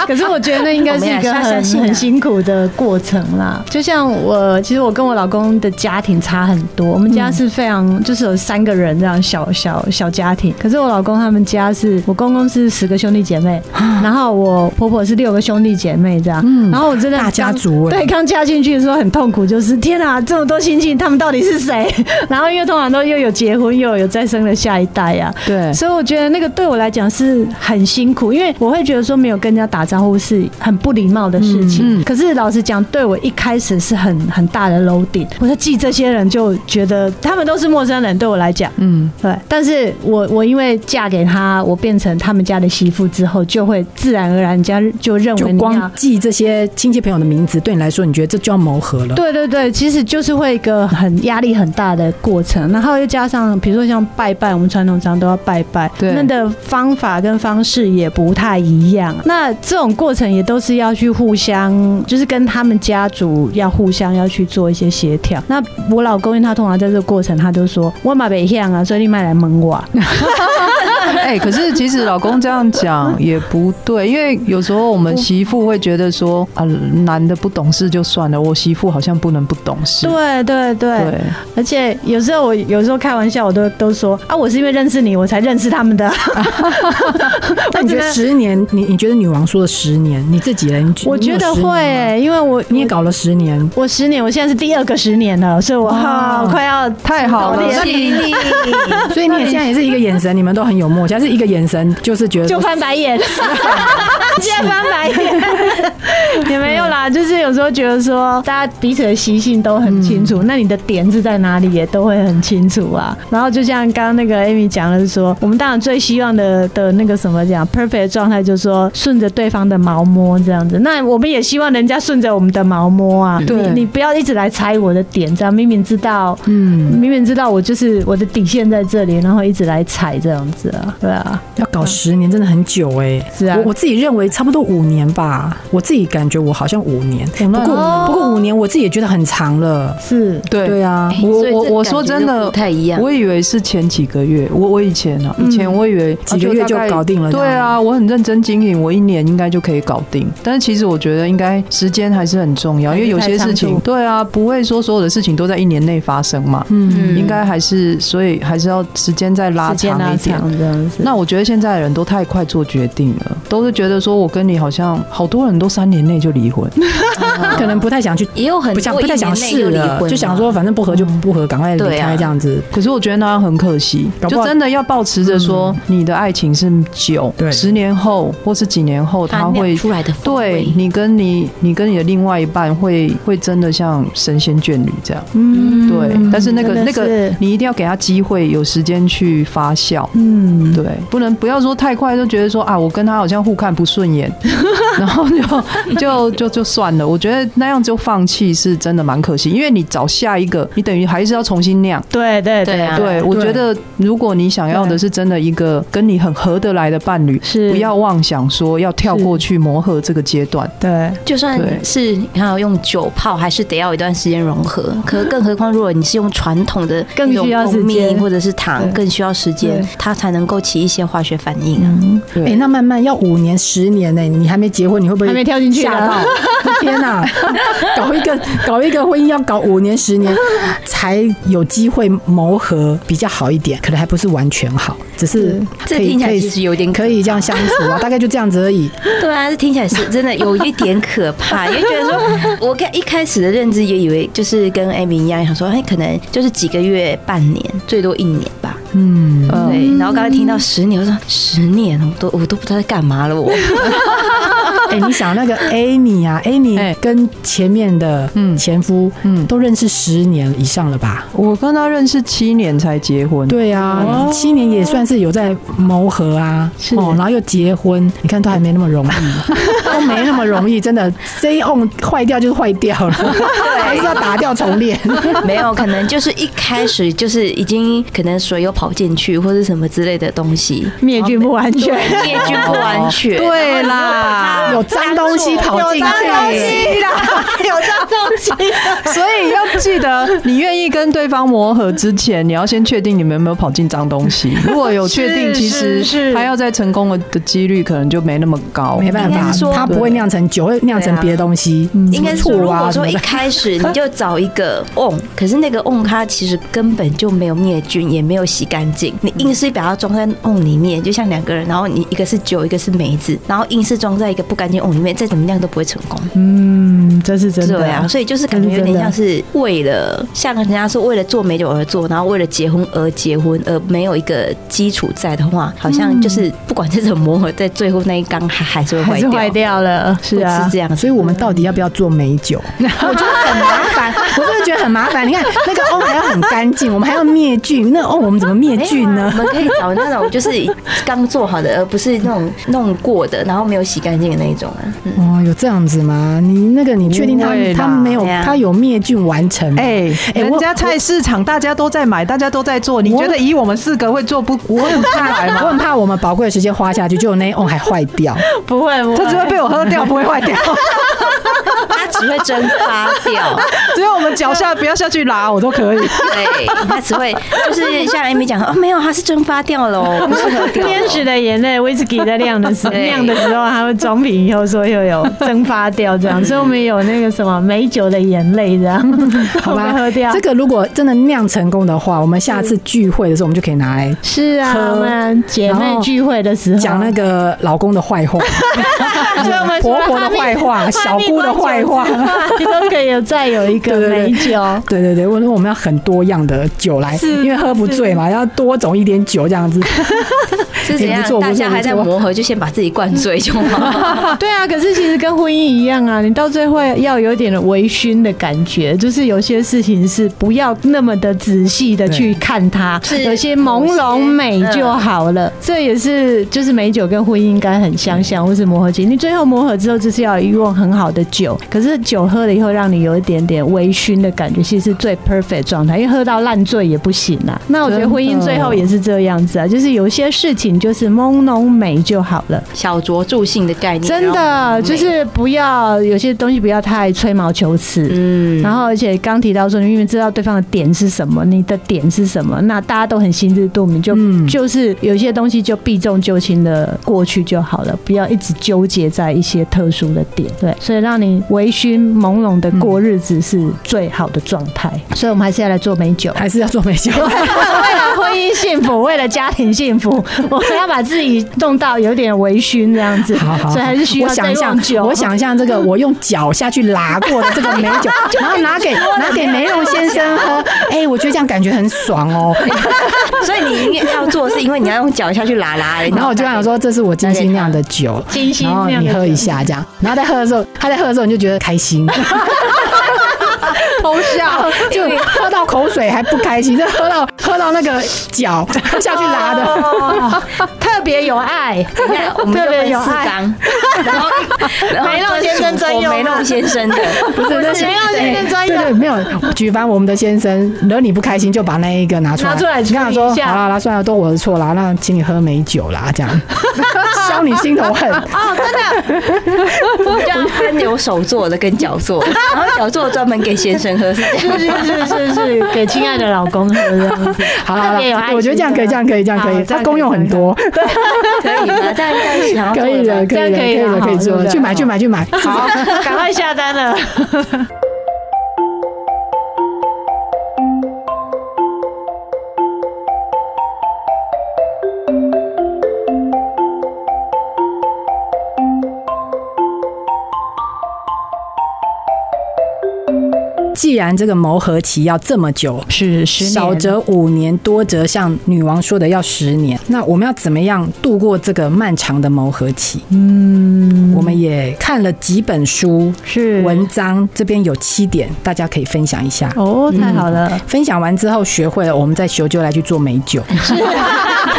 可是啊我觉得那应该是一个
我们也是要相
很
信啊
很辛苦的过程啦。就像我，其实我跟我老公的家庭差很多，我们家是非常就是有三个人这样小小小家庭。可是我老公他们家是我公公是十个兄弟姐妹，然后我婆婆是六个兄弟姐妹这样。然后我真的
大家
嗯刚
族欸
对，刚嫁进去的时候很痛苦，就是天啊，这么多 亲戚，他们到底是谁？然后因为通常都又有结婚，又有再生了下一代呀、啊
对，
所所以我觉得那个对我来讲是很辛苦，因为我会觉得说没有跟人家打招呼是很不礼貌的事情。可是老实讲，对我一开始是很很大的 low 顶，我在记这些人就觉得他们都是陌生人，对我来讲，
嗯，
对。但是我我因为嫁给他，我变成他们家的媳妇之后，就会自然而然人家就认
就
为你啊要
光。记这些亲戚朋友的名字，对你来说，你觉得这就要谋合了？
对对对，其实就是会一个很压力很大的过程，然后又加上比如说像拜拜，我们传统上都要拜拜，
对
那的方法跟方式也不太一样。啊那这种过程也都是要去互相，就是跟他们家族要互相要去做一些协调。那我老公因为他通常在这个过程，他就说我马北向啊，所以你买来蒙我啊。
哎、可是其实老公这样讲也不对，因为有时候我们媳妇会觉得说啊，男的不懂事就算了，我媳妇好像不能不懂事。
对对对，
对，
而且有时候我有时候开玩笑，我都都说啊，我是因为认识你，我才认识他们的。
那你觉得十年，你你觉得女王说了十年，你自己人，你
我觉得
你有十
会、
年吗
欸，因为我
你也搞了十年，
我十年，我现在是第二个十年了，所以我哈、快要
太好了
我，
恭喜你，
所以你也现在也是一个眼神，你们都很有默契，但是一个眼神就是觉得
就
说
翻白眼，现在翻白眼 也没有啦，就是有时候觉得说大家彼此的习性都很清楚，那你的点是在哪里也都会很清楚啊。然后就像刚刚那个 Amy 讲的是说，我们当然最希望的的那个什么讲 perfect 的状态，就是说顺着对方的毛摸这样子。那我们也希望人家顺着我们的毛摸啊，
对
你你不要一直来猜我的点，这样明明知道，嗯，明明知道我就是我的底线在这里，然后一直来踩这样子啊，对啊。
要搞十年真的很久哎、
是啊
我我自己认为差不多五年吧，我自己感觉我好像五年，不过
哦
不过五年我自己也觉得很长了，
是，
对
对啊，
我
所以这
我
感觉
我说真
就
的
不太一样。
我以为是前几个月，我我以前啊，以前我以为
嗯几个月就搞定了
啊
这
大概
样
对啊，我很认真经营，我一年应该就可以搞定。但是其实我觉得应该时间还是很重要，因为有些
还是
事
太仓
情，
促
对啊，不会说所有的事情都在一年内发生嘛。
嗯，
应 该还是，所以还是要时间再拉
时间
长
拉
一点。
长这样子。
那我觉得现在的人都太快做决定了，都是觉得说我跟你好像好多人都三年内就 离婚，
可能不太想去。
也有很
不
多
想不
一
太
年
想
内
试
离
了，
婚，
就想。说反正不合就不合，赶快离
对
开
啊
这样子。
可是我觉得那样很可惜，
搞不
就
好
真的要保持着说
嗯
你的爱情是久
对，
十年后或是几年后，它
它酿
会
出来的风
对
味
你跟你你跟你的另外一半会会真的像神仙眷侣这样，
嗯
对。但是那个
真的
那
是
个你一定要给他机会，有时间去发酵。
嗯，
对，不能不要说太快，就觉得说啊，我跟他好像互看不顺 眼，然后就就就就算了。我觉得那样就放弃是真的蛮可惜，因为你找下一个，你等于还是要重新酿。
对对
对啊
对，我
对
觉得如果你想要的是真的一个跟你很合得来的伴侣，
是
不要妄想说要跳过去磨合这个阶段。
对
就算
对
是你看要用酒泡，还是得要一段时间融合。可更何况，如果你是用传统的
更
那种
需要时
蜂蜜
间
或者是糖
对，
更需要时间
对，
它才能够起一些化学反应啊。
对
哎、那慢慢要五年、十年呢、你还没结婚，你会不会
还没跳进去
吓
啊
到？天哪、搞一个搞一个婚姻要搞五年、十年才有机会磨合比较好一点，可能还不是完全好，只是
这
可以
听起
可
来
以
其实有点
可以这样相处 啊，大概就这样子而已。
对啊，这听起来是真的有一点可怕，因为觉得说，我刚一开始的认知也以为就是跟 Amy 一样，想说，哎，可能就是几个月、半年，最多一年吧。
嗯，
对，然后刚才听到十年，我说十年，我都我都不知道在干嘛了， 我。
哎、你想那个 Amy 啊，Amy
哎
跟前面的
嗯
前夫
嗯
都认识十年以上了吧？
我跟他认识七年才结婚，
对
哦
啊，七年也算是有在磨合啊，哦，然后又结婚，你看都还没那么容易， 都没那么容易，真的，Z on 坏掉就是坏掉 了，还是要打掉重练。
没有，可能就是一开始就是已经可能水有跑进去或者什么之类的东西，
灭菌不完全，哦
灭菌不完全。
对
啊
啦，
有脏东西跑进 去，
有这样东西，
所以要记得，你愿意跟对方磨合之前，你要先确定你们有没有跑进脏东西。如果有确定，
是
其
是
实
是
他要再成功的的几率可能就没那么高。哎
没办
应
法
该是，说
它不会酿成酒，会酿成别的东西，
应该是说
醋
如
啊
果
什
说
么
一
的。
开始你就找一个 on，可 是那个 on 它其实根本就没有灭菌，也没有洗干净，你硬是把它装在 on 里面，就像两个人，然后你一个是酒，一个是梅子，然后硬是装在一个不干净 on 里面，再怎么样都不会成功。
嗯，这是真的。
对啊，所以就是感觉有点像是为了像人家说为了做美酒而做，然后为了结婚而结婚，而没有一个基础在的话，好像就是不管是怎么磨合，在最后那一缸还还是会
还
坏
是坏
掉。
掉了，是
会
啊
是。这样子，
所以我们到底要不要做美 酒？我觉得很麻烦，我真的觉得很麻烦。你看那个瓮还要很干净，我们还要灭菌，那瓮我们怎么灭菌
没有啊
呢？
我们可以找那 种就是刚做好的，而不是那种弄过的，然后没有洗干净的那一种啊。嗯
哦，有这样子吗？你那个你确定他
不会啦
他没有
哎
对啊
他有灭菌完成吗？
哎、
哎
人
我
家菜市场大家都在买，大家都在做，你觉得以我们四个会做不？我很 怕
我哎很怕我们宝贵的时间花下去，就那瓮还坏 掉。
不会，不
它只会被我喝掉，不会坏 掉。
它只会蒸发 掉，
只要我们脚下不要下去拉，我都可以。
对，它只会就是像 Amy 讲，哦，没有，它是蒸发掉了哦，不是喝掉了
天使的眼泪，威士忌在酿的 时
对
酿的时候，它会装瓶以后说又有蒸发掉 这样，所以我们有那个什么美酒的眼泪这样，
好吧
我们喝掉
这。个如果真的酿成功的话，我们下次聚会的时候，我们就可以拿来
是啊，
喝
我们姐妹聚会的时候
讲那
嗯
个老公的坏 话，
所以我们说
婆婆的坏话，小姑的坏话。
你都可以有再有一个
对对对
美酒。
对对对，我说我们要很多样的酒来，
是
因为喝不醉嘛，要多种一点酒这样 子。
是怎
也
样
不错？
大家还在
不错不错
磨合，就先把自己灌醉就好。
对啊，可是其实跟婚姻一样啊，你到最后要有点微醺的感觉，就是有些事情是不要那么的仔细的去看它，
是
有些朦胧美就好了。这也是就是美酒跟婚姻应该很相像，或是磨合期。你最后磨合之后，就是要用很好的酒，可是酒喝了以后，让你有一点点微醺的感觉，其实是最 perfect 状态，因为喝到烂醉也不行啊。那我觉得婚姻最后也是这样子啊，就是有些事情就是朦胧美就好了。
小酌助兴的概念，
真
然后
的就是不要有些东西不要太吹毛求疵。
嗯，
然后，而且刚提到说，你明明知道对方的点是什么，你的点是什么，那大家都很心知肚明，就、
嗯
就是有些东西就避重就轻的过去就好了，不要一直纠结在一些特殊的点。对，所以让你微醺朦胧的过日子是最好的状态。所以我们还是要来做美 酒。
还是要做美酒。
为了婚姻幸福，为了家庭幸福，我们要把自己弄到有点微醺这样子，
好好好，
所以还是需要
我
再
想象
用酒。
我想象这个我用脚下去拉过的这个美 酒，然后拿给拿给梅露先生喝。哎，我觉得这样感觉很爽哦。
所以你应该要做，是因为你要用脚下去拉拉的，
然后我就想说，这是我精心酿的酒，
精心
然后
酿的
你
酒
喝一下这样，然后在喝的时候，他在喝的时候你就觉得开心，偷笑， 就喝到口水还不开心，就喝到喝到那个脚下去拉的，
哦，特别有爱，
你看，我们就
特别
分
有
四
爱。
缸，然后然后
梅肉先生专用
梅肉先生的，
不是那
没有先生专
对
用
对，没有举凡我们的先生惹你不开心，就把那一个拿出来，
拿出来
你跟他说
处理一下
好啦啦，算了，都我的错啦，那请你喝美酒啦，这 样消你心头恨。
我就要分有手做的跟脚做，然后脚做专门给先生喝，
是是 是是是，给亲爱的老公喝这样子，
好啦好
特别有
啦，
爱
我觉得这样可以，这样可以，这样可
好
以，
这
它
样可以
功用很多。
可以吗？大家应该想要做
可以啊的，
的吧。
可以的，可以的，可以做，去买，去买，去买。
好，赶快下单了。
既然这个磨合期要这么久，
是十
少则五年，多则像女王说的要十年，那我们要怎么样度过这个漫长的磨合期？嗯，我们也看了几本书、
是
文章，这边有七点，大家可以分享一下。
哦，太好了，
分享完之后学会了，我们再修就来去做美 酒。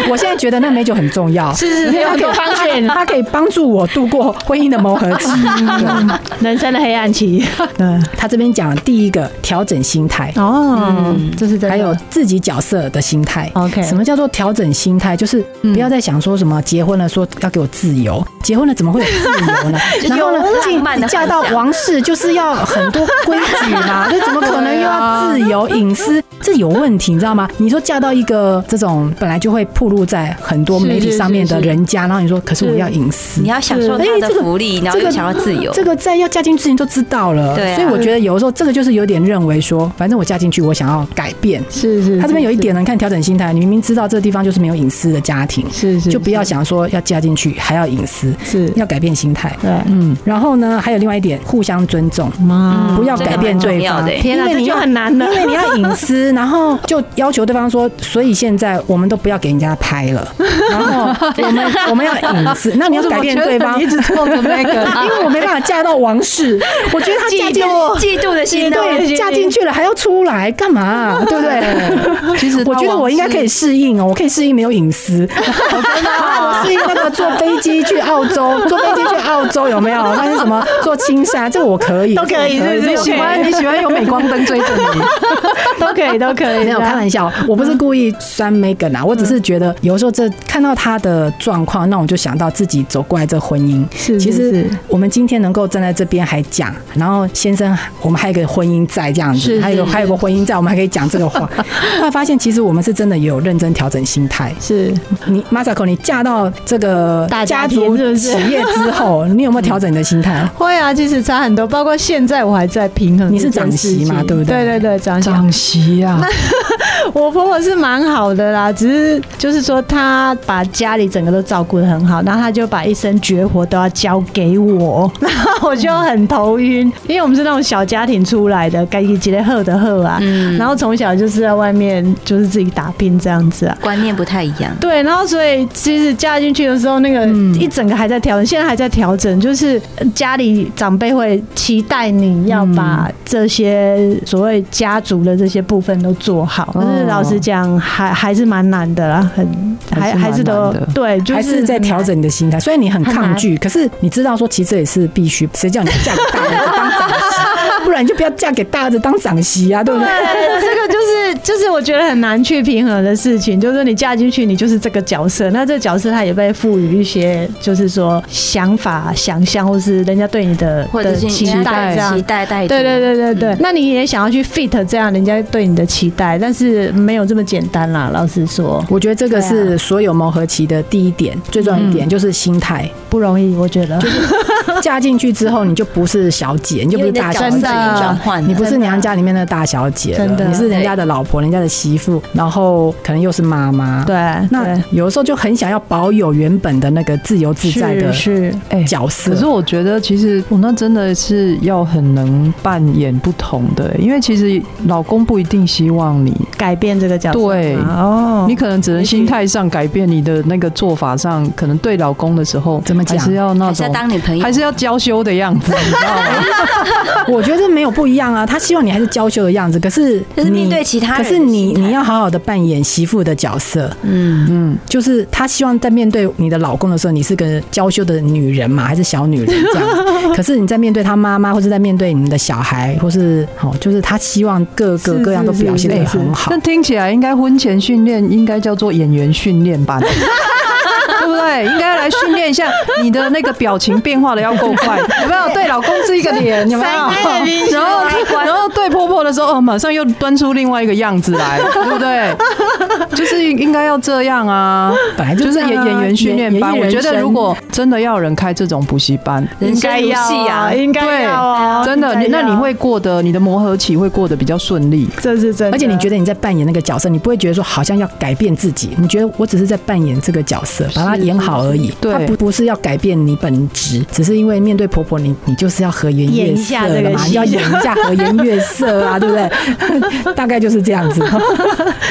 我现在觉得那美酒很重要，
是是，有很多方选
它可以帮助我度过婚姻的磨合 期。嗯
人生的黑暗期。对，
他这边讲第一个调整心态。
哦，这是真的
还有自己角色的心态
OK
什么叫做调整心态？就是
嗯
不要再想说什么结婚了说要给我自由，结婚了怎么会有自由 呢？然后呢
有，浪漫
进
的
嫁到王室就是要很多规矩 嘛，这怎么可能又要自由
啊
隐私？这有问题，你知道吗？你说嫁到一个这种本来就会暴露在很多媒体上面的人家，然后你说可是我要隐私
你，要享受他
哎
的
这个
福利，然后又想要自由，
这个在要嫁进之前就知道了，
对啊
所以我觉得有的时候这个就是有点认为说，反正我嫁进去，我想要改变。
是是，
他这边有一
是
点呢，你看调整心态，你明明知道这个地方就是没有隐私的家庭，
是是，
就不要想说要嫁进去还要隐私，
是，
要改变心态。
对，
嗯，然后呢，还有另外一点，互相尊重，
妈
不要改变
这个蛮重
对
要
方。
的欸
嗯天
因
啊，
为
这
你
就
要
很难了。
因为你要隐私，然后就要求对方说，所以现在我们都不要给人家拍了，然后我们我们要隐私，那你要改变对方，
我怎么觉得你一
因
直冲着 那个，
为我没办法嫁到王室，我觉得他嫁进
嫉妒的心态，
对嫁进去了还要出来干嘛、对不对？
其实
我觉得我应该可以适应哦，我可以适应没有隐私。
哦啊
我适应那个坐飞机去澳洲，坐飞机去澳洲有没有？那是什么坐青山，这个我可以，
都可以，是不
你
是？
喜欢你喜欢有镁光灯追着你，
都可以，都可以。
没有开玩笑，我不是故意酸 Megan 啊，我只
嗯
是觉得有时候这看到他的状况，那我就想到自己走过来这婚姻。
是
其
是
实
是
我们今天能够站在这边还讲，然后先生，我们还有一个婚姻在这样
是
子，
是
还有一个
是
还有一个婚姻在，我们还可以讲这个话。 后来发现，其实我们是真的有认真调整心态。
是
你 Masako，你嫁到这个
大
家
家
族
庭是不
企
是
业之 后，你有没有调整你的心态？
会啊，其实差很多。包括现在我还在平衡
你是
这件
长媳
事情
嘛对不对
对对对，长媳。
长媳呀、
我婆婆是蛮好的啦，只是就是说她把家里整个都照顾得很好，然后她就把一身绝活都要交给我， 然后我就很头晕，因为我们是那种小家庭出来的，该几类喝的喝啊，
嗯，
然
然后
后从小就是在外面就是自己打拼这样子啊。
观念不太一样，
对，然后所以其实嫁进去的时候，那个一整个还在调整，现在还在调整，就是呃家里长辈会期待你要把这些所谓家族的这些部分都做好。可是老实讲，还还是蛮难的啦，很还
还
还
是
是
蛮难
都
的
对，就
还是在
很
调
难。
整你的心态？虽然你很抗拒，可是你知道说，其实这也是必须。谁叫你嫁给大儿子当长 媳，啊不然你就不要嫁给大儿子当长媳啊，对不对？
对，这个就是就是我觉得很难去平衡的事情，就是说你嫁进去，你就是这个角色，那这个角色他也被赋予一些，就是说想法、想象，或是人家对你的
或者
的
是
期
人家
待
对
这样
期。待带
对对对对对，
嗯
那你也想要去 fit 这样人家对你的期待，但是没有这么简单啦。老实说，
我觉得这个
对
是所有磨合期的第一点，最重要一
嗯
点就是心态。
不容易，我觉得。
嫁进去之后，你就不是小 姐，你就不
因为
是
你的
大
角
小姐
色已经
真的
转换啊了，
你不是娘家里面的大小姐了
真的
你是人家的老婆、人家的媳妇，然后可能又是妈妈。
对，
那
对
有的时候就很想要保有原本的那个自由自在的
是是
哎
角色。
可是我觉得，其实我那真的是要很能扮演不同的、因为其实老公不一定希望你，
改变这个角色嘛。
对
啊
哦，
你可能只能心态上改变你的那个做法上，可能对老公的时候，
怎么讲
还是要那
还是
种
要，当你朋友
还，是要娇羞的样子，你知道吗？
我觉得没有不一样啊，他希望你还是娇羞的样子，可是你
就是面对其他人
嗯可
的
是你
心态
你要好好的扮演媳妇的角色，
嗯，
嗯，
就是他希望在面对你的老公的时候，你是个娇羞的女人嘛，还是小女人这 样？可是你在面对他妈妈，或是在面对你们的小孩，或是哦，就是他希望各个
是
各样都
是
表现
是
得
是
很好
那。听起来应该婚前训练应该叫做演员训练 吧？对不对？应该来训练一下你的那个表情变化的要够快，有没有？对老公是一个脸，有没有？然后然后对婆婆的时候，哦，马上又端出另外一个样子来，对不对？就是应该要这样啊，
本来就
就是
这
演
样啊
演员训练班。
演
我
演艺
觉
人
得
生
如果真的要有人开这种补习班，
人
应
生
该
如
要
戏啊
啊，，应该
对
要啊，
真的，
应该
你那你
要
会过得你的磨合期会过得比较顺利。
这是真的，
而且你觉
得
得你在扮演那个角色，你不会觉得说好像要改变自己，你觉得我只是在扮演这个角色，把它演好而已。
对
它不不是要改变你本质，只是因为面对婆婆你，你就是要和颜悦色
演一下这
了
个
嘛，
戏
你要演一下和颜悦色啊，对不对？ 大概就是这样子。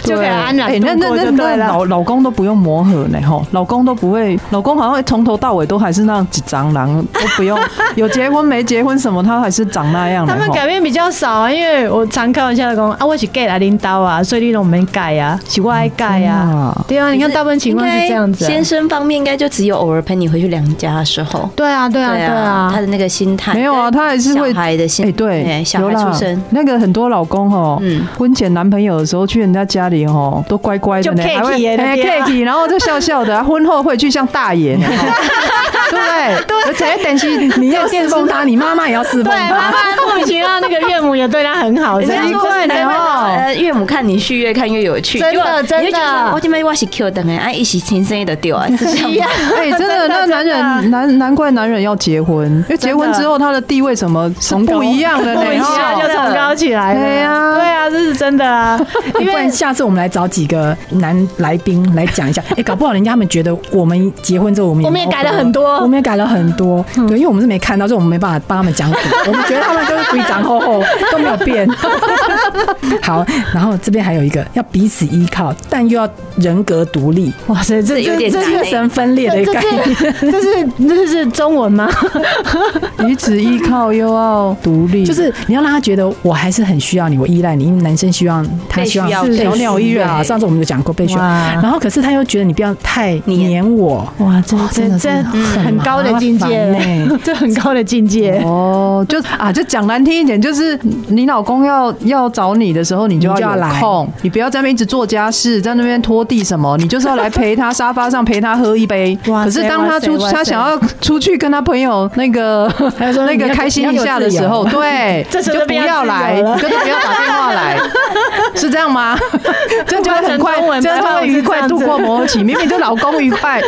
就可以
对
安然
哎那
度
那
过
那
就
那
对了。
老老公都不用磨合呢吼，老公都不会，老公好像从头到尾都还是那几蟑螂，都不 用有结婚没结婚什么，他还是长那样呢
他们
吼。
改变比较少啊，因为我常开玩笑的讲啊，我是 gay 来领导啊，所以你都没改啊，是我爱改啊。
啊，
对啊，你看大部分情况是这样子啊
应。该先生方面应该就只有偶尔陪你回去娘家的时候，
对啊，对啊，对
他
啊。
的那个心态
没有
哎
啊，
跟
他还是会
小孩的心，
哎，对，
哎小
有
孩
啦
出生，
那个很多老公哦，
嗯，
婚前男朋友的时候去人家家里哦，都乖乖的
就
呢，
cakey
还会
耶那
哎
边啊
cakey，然后就笑笑的啊，婚后会去像大爷呢，吼对不对？对，我才担心
你要侍奉他，你妈妈也要侍奉
对，
他
妈。妈莫名其妙那个 岳母也对他很好，这样
奇怪的哦，
呃，岳母看你续越看越有趣，
真的
结果
真的
你就觉得说我这边我是 Q 等哎，啊，一起亲生的丢啊，是这样吗。
哎，真的，那男人难难怪男人要结婚，因为结婚之后他的地位怎么是不一样 的呢？
一下就
哦
崇高起来了。
对啊
对啊，这是真的 啊，因
不然
为。
下次我们来找几个男来宾来讲一 下，哎、搞不好人家他们觉得我们结婚之后，我们
我们也改了很多嗯
我们也改了很多，对，因为我们是没看到，所以我们没办法帮他们 讲什么，我们觉得他们就是规长厚厚都没有变。好，然后这边还有一个要彼此依靠，但又要人格独立，
哇塞，这
这有点
这
这
难
精神分裂的
这
一个概念。
这是 这是这是中文吗？
彼此依靠又要独立，
就是你要让他觉得我还是很需要你，我依赖你，因为男生希望他
被
希望
需要
是
被
小
需
鸟依人
要
啊，上次我们就讲过被需要，
哇
然后可是他又觉得你不要太
黏
黏我，
哇，这
哦真
这
的
这
真的很
很欸高的境界
麻烦
了，这很高的境界。
哦，就啊，就讲难听一点，就是你老公要要找你的时候，你就
你就要
要有
来
空，你不要在那边一直做家事，在那边拖地什么，你就是要来陪他沙发上陪他喝一杯。
哇塞
可是当他出
哇塞
他想要出去跟他朋友那个
还有说
那
你
个
要
开心一下的 时候，
你
对，
这
你
时
就
候
不
就变成
要来，
自由了
你就不要打电 话来，是这样吗？ 这样就会很快
翻成中，文
这样就
白话
会
文是
愉
这
快
样
度
子
过磨合期。明明就老公愉快，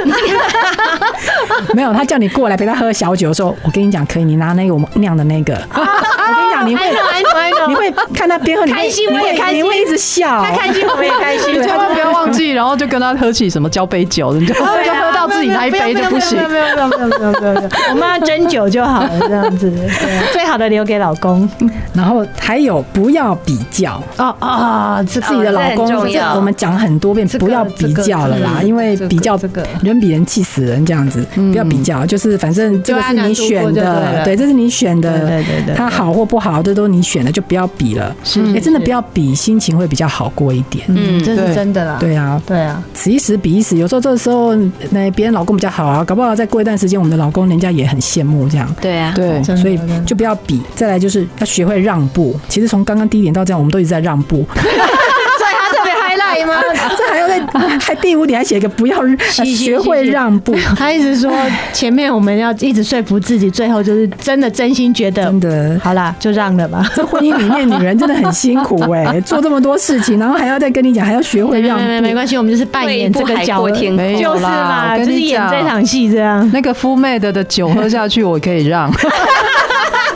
没有，他叫你过来陪他喝小酒的时候，我跟你讲，可以，你拿那个我们酿的那 个，我跟你讲，你会
I know, I know, I know
你会看他边喝，你会
开心
你
我也
会
开心
你会一直笑，
他开心，我们也开心，
对
千万不要忘 记，然后就啊跟他喝起什么交杯酒，你就就喝到自己那一杯就不行。
啊没有没有没有没有没有没有， 我们要斟酒就好了，这样 子，对啊最好的留给老公。
然后还有不要比较，
哦啊，这
自己的
哦这
老
很
公，
重
这
要
我们讲很多遍，
这个
不要比较了啦
这，个
因为比较
这个这个
人比人气死人这样子，不要比较，就是反正这个是你选
就按难度过就对
的，
了
对，这是你选的，
对对对对
他好或不好，这都是你选的，就不要比了。
是
哎，真的不要比，心情会比较好过一点。
嗯，这
对
是真的啦。
对啊，
对 啊，
此一时彼一时，有时候这个时候，那别人老公比较好啊，搞不好再过一段时间，我们的老公人家也很羡慕这样。
对啊，
对，
真的
所以
真的
就不要比，再来就是要学会让步。其实从刚刚第一点到这样，我们都一直在让步，
所以他特 别 highlight 吗？
这还要在还第五点还写一个不要学会让步，
他一直说前面我们要一直说服自己，最后就是真的真心觉得
真的。
好啦，就让了吧。
这婚姻里面，女人真的很辛苦哎、做这么多事情，然后还要再跟你讲，还要学会
没
让
没没没
步。
关系，我们就是扮
退一
演
步
这个
海
角
阔
色，
天空
没有
就是
啦
嘛，
我
就
跟
是
你
演
讲
这场戏这样。
那个 f 妹的的酒喝下去，我可以 让，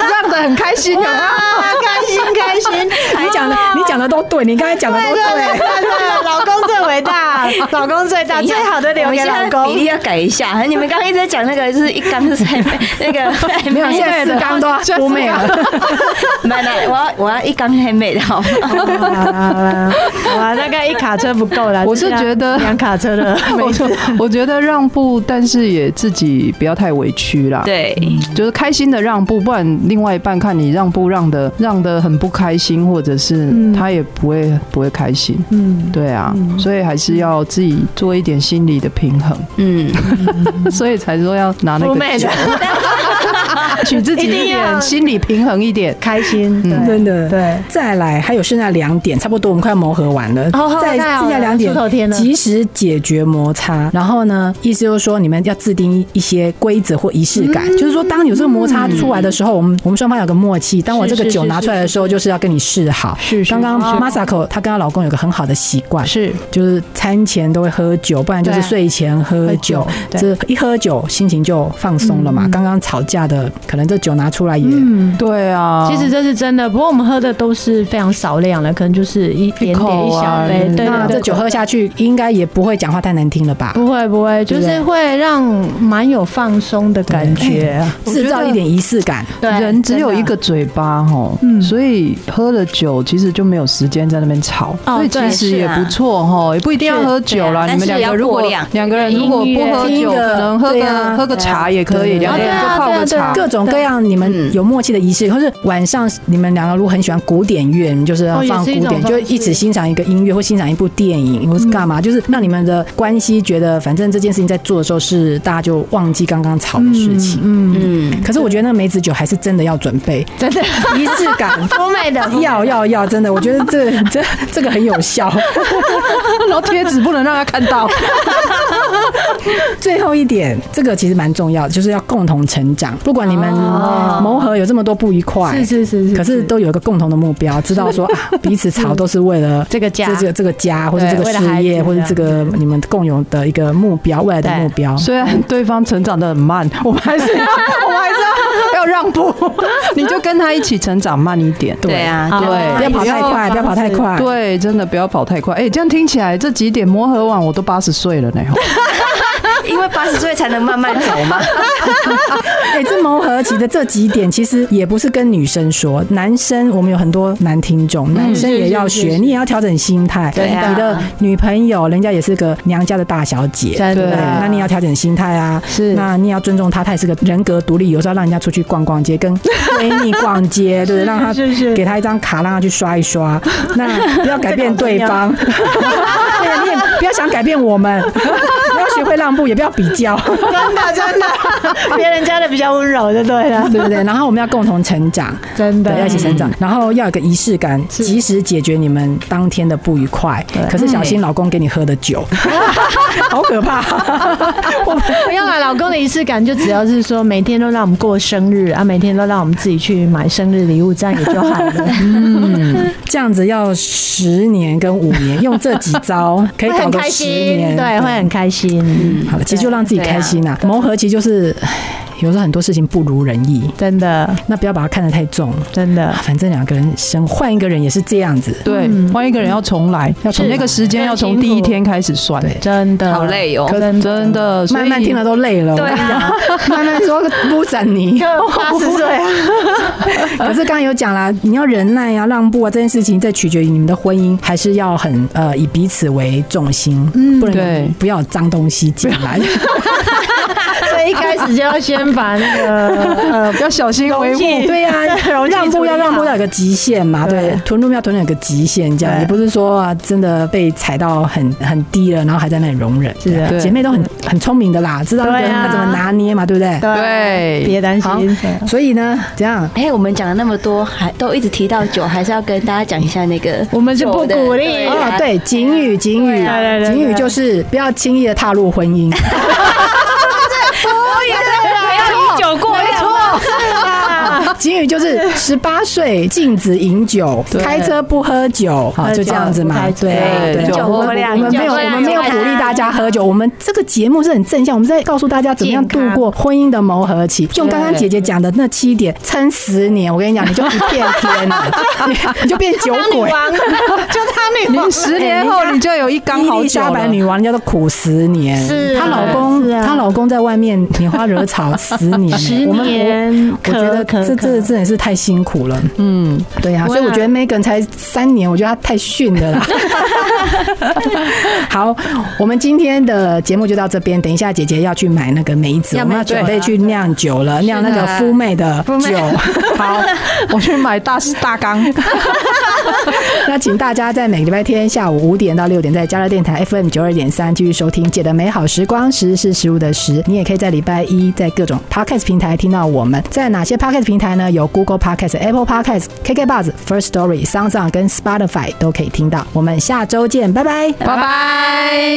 让的很开心啊！
啊，开心开心，
你讲的，你讲的都对，你刚才讲的都对。
对，老公最伟大，老公最大，
等一
最
下
好的留给老
我们现在比
公。
例要改一下。你们刚刚一直在讲那个，就是一缸是在那个
没有，现在四缸都要
现在
多妹
四
了。
买来，我要我要一缸黑妹的好吗？
好啦好啦，哇，大概一卡车不够了，
我是
这样
觉得
两卡车 的妹
我
子，
我觉得让步，但是也自己不要太委屈啦。，
对，
就是开心的让步，不然另外一半看你让步让的让的很不开心，或者是他也不会不会开心。
嗯，
对啊，所以还是要自己做一点心理的平衡，
嗯，
所以才说要拿那
不
个
妹
酒
的
取自己一
一定要
点心理平衡一点。
开心，对
真的。
对。
再来，还有剩下两点，差不多我们快要磨合完了。
哦
再
太好
剩下
了
两点
出头天，了
及时解决摩擦。然后呢，意思就是说，你们要制定一些规则或仪式
嗯
感，就是说，当有这个摩擦出来的时候，我们我们双方有个默契。当我这个
是
酒拿出来的时候，就是要跟你示好。
是是
刚刚
是
Masako 她跟她老公有个很好的习惯，
是
就是餐前都会喝酒，不然就是
对
睡前喝
喝
酒
酒。对
这一喝酒，心情就放松了嘛。刚刚吵架的，可能这酒拿出来也
嗯，
对啊，
其实这是真的，不过我们喝的都是非常少量的，可能就是一嗯点点
口
一
啊
小杯，对
那这
对对，
酒喝下去，应该也不会讲话太难听了吧？
不会不会，就是会让蛮有放松的感觉啊，
哎制造一点仪式感，
对，
人只有
真的
一个嘴巴吼，所以喝了酒其实就没有时间在那边吵，
哦
所以其
对
实
是
也
啊
不错吼，也不一定要喝酒啦。
是
你们
对
两
啊但
个
是
如果
也要过量
两个人如果
音
不
乐
喝
听
酒，
一个
可能喝
对啊
个喝个茶也可以，
对
两个人
哦对啊
就泡个
对啊嗯
茶
对。
各种各样你们有默契的仪式，或是晚上你们两个如果很喜欢古典乐，你们就是要
哦也
放
是一
古
种
典，
方
就
式嗯
一起欣赏一个音乐或欣赏一部电影，或是干嘛，就是让你们的关系觉得，反正这件事情在做的时候是大家就忘记刚刚吵的事情。
嗯，
嗯，
可是我觉得那个梅子酒还是真的要准备
真的
仪式感，
欧美的
要要要，真的，我觉得这个这这个很有效。
然后贴纸不能让他看到，
最后一点，这个其实蛮重要的，就是要共同成长。不管你们磨合有这么多不愉快，
是是是是
可是都有一个共同的目标，知道说啊，彼此吵都是为了
这个家
这个这个家，或者这个
为了
事
孩
业，
子
或者这个你们共有的一个目标，未来的
对
目标。
虽然对方成长的很慢， 我们还是要，我们还是要 要让步，你就跟他一起成长慢一点。
对啊，
好
对
不要跑太快，不要跑太快。
对，真的不要跑太快。哎、这样听起来这几点磨合完，我都八十岁了呢。
因为八十岁才能慢慢走嘛。
哎，这磨合期的这几点，其实也不是跟女生说，男生我们有很多男听
嗯
众，男生也要学，你也要调整心态。
对啊
你的女朋友人家也是个娘家的大小姐，
真
对不
的
对，那你要调整心态啊。
是
那你要尊重她，她也是个人格独立，有时候让人家出去逛逛街，跟闺蜜逛街， 对不对？让她给她一张卡，让她去刷一刷。那不要改变对方， 对，你也不要想改变我们， 你要学会让步，也不要比较。
真的真 的，别人家的比较温柔就对 了，
对不对？然后我们要共同成长，
真
对，要
的嗯
一起成长，然后要有个仪式感，及时解决你们当天的不愉快。可是小心老公给你喝的酒，
嗯
好可怕！
没有啦，老公的仪式感就只要是说每天都让我们过生日啊，每天都让我们自己去买生日礼物，这样也就好 了。
这样子要十年跟五年，用这几 招可以
会
搞
很
个
开
十
心，
年，
对，会很啊开心，
好了，其实就让自己开心啦。磨合期就是，唉有时候很多事情不如人意，
真的
那不要把它看得太重。
真的
啊，反正两个人生换一个人也是这样子，
对，换一个人要重来，要从那个时间要从第一天开始算。
对
真的
好累哦
真的
真的，所以
慢慢听了都累了。
对啊，
慢慢说不整你。
八十岁啊，
可是刚刚有讲啦，你要忍耐啊、让步啊，这件事情在取决于你们的婚姻，还是要很呃以彼此为重心，
嗯
不
对
能不要有脏东西进 来。
所以一开始就要先把那个呃
要小 心维护。
对呀、
容 器
让步要让步到有个极限嘛，
对
对，臀路要臀有个极限，这样
对
也不是说啊真的被踩到很很低了，然后还在那里容忍。
是的
对姐妹都很很聪明的啦，知道那个
对啊
要怎么拿捏嘛，对不对？
对
别担
好
心，
所以呢，这样
哎、我们讲了那么多，还都一直提到酒，还是要跟大家讲一下那个
我们是不鼓励
酒的
哦
啊，
对，警语，警语啊
对对，对
警语
对
就是不要轻易的踏入婚姻。
不要以酒过量嘛。
警语就是十八岁禁止饮酒，开车不喝酒，好就这样子嘛。
喝酒
对
对
对，
酒
我
过
们
量
我们没有，
酒
我
过量
们没有鼓励大家喝酒。我们这个节目是很正向，我们在告诉大家怎么样度过婚姻的磨合期。用刚刚姐姐讲的那七点，撑十年，我跟你讲，你就一片天了，你你就变酒鬼。
你十年后你就有一缸
哎伊
好
丽
酒
莎白
了。
女王人家都苦十年，
是啊
她老公
是，啊
她老公在外面拈花惹草十年，
十
我们我
年，
我觉得
可
这这真的是太辛苦了，
嗯，
对呀、
不
所
会
以
啊
我觉得 Megan 才三年，我觉得她太逊了啦。 好，我们今天的节目就到这边，等一下姐姐要去买那个梅子，我
要
们
买
要准备去酿酒了，酿那个
是的
夫妹的酒。好，
我去买大大缸。
那请大家在每个礼拜天下午五点到六点，在加热电台 FM 九二点三继续收听《姐的美好时光》，时是食物的时。你也可以在礼拜一在各种 Podcast 平台听到我们。在哪些 Podcast 平台呢？有 Google Podcast、Apple Podcast、KK Buzz、First Story、s o u n d o n 跟 Spotify 都可以听到。我们下周见，拜拜。
拜拜。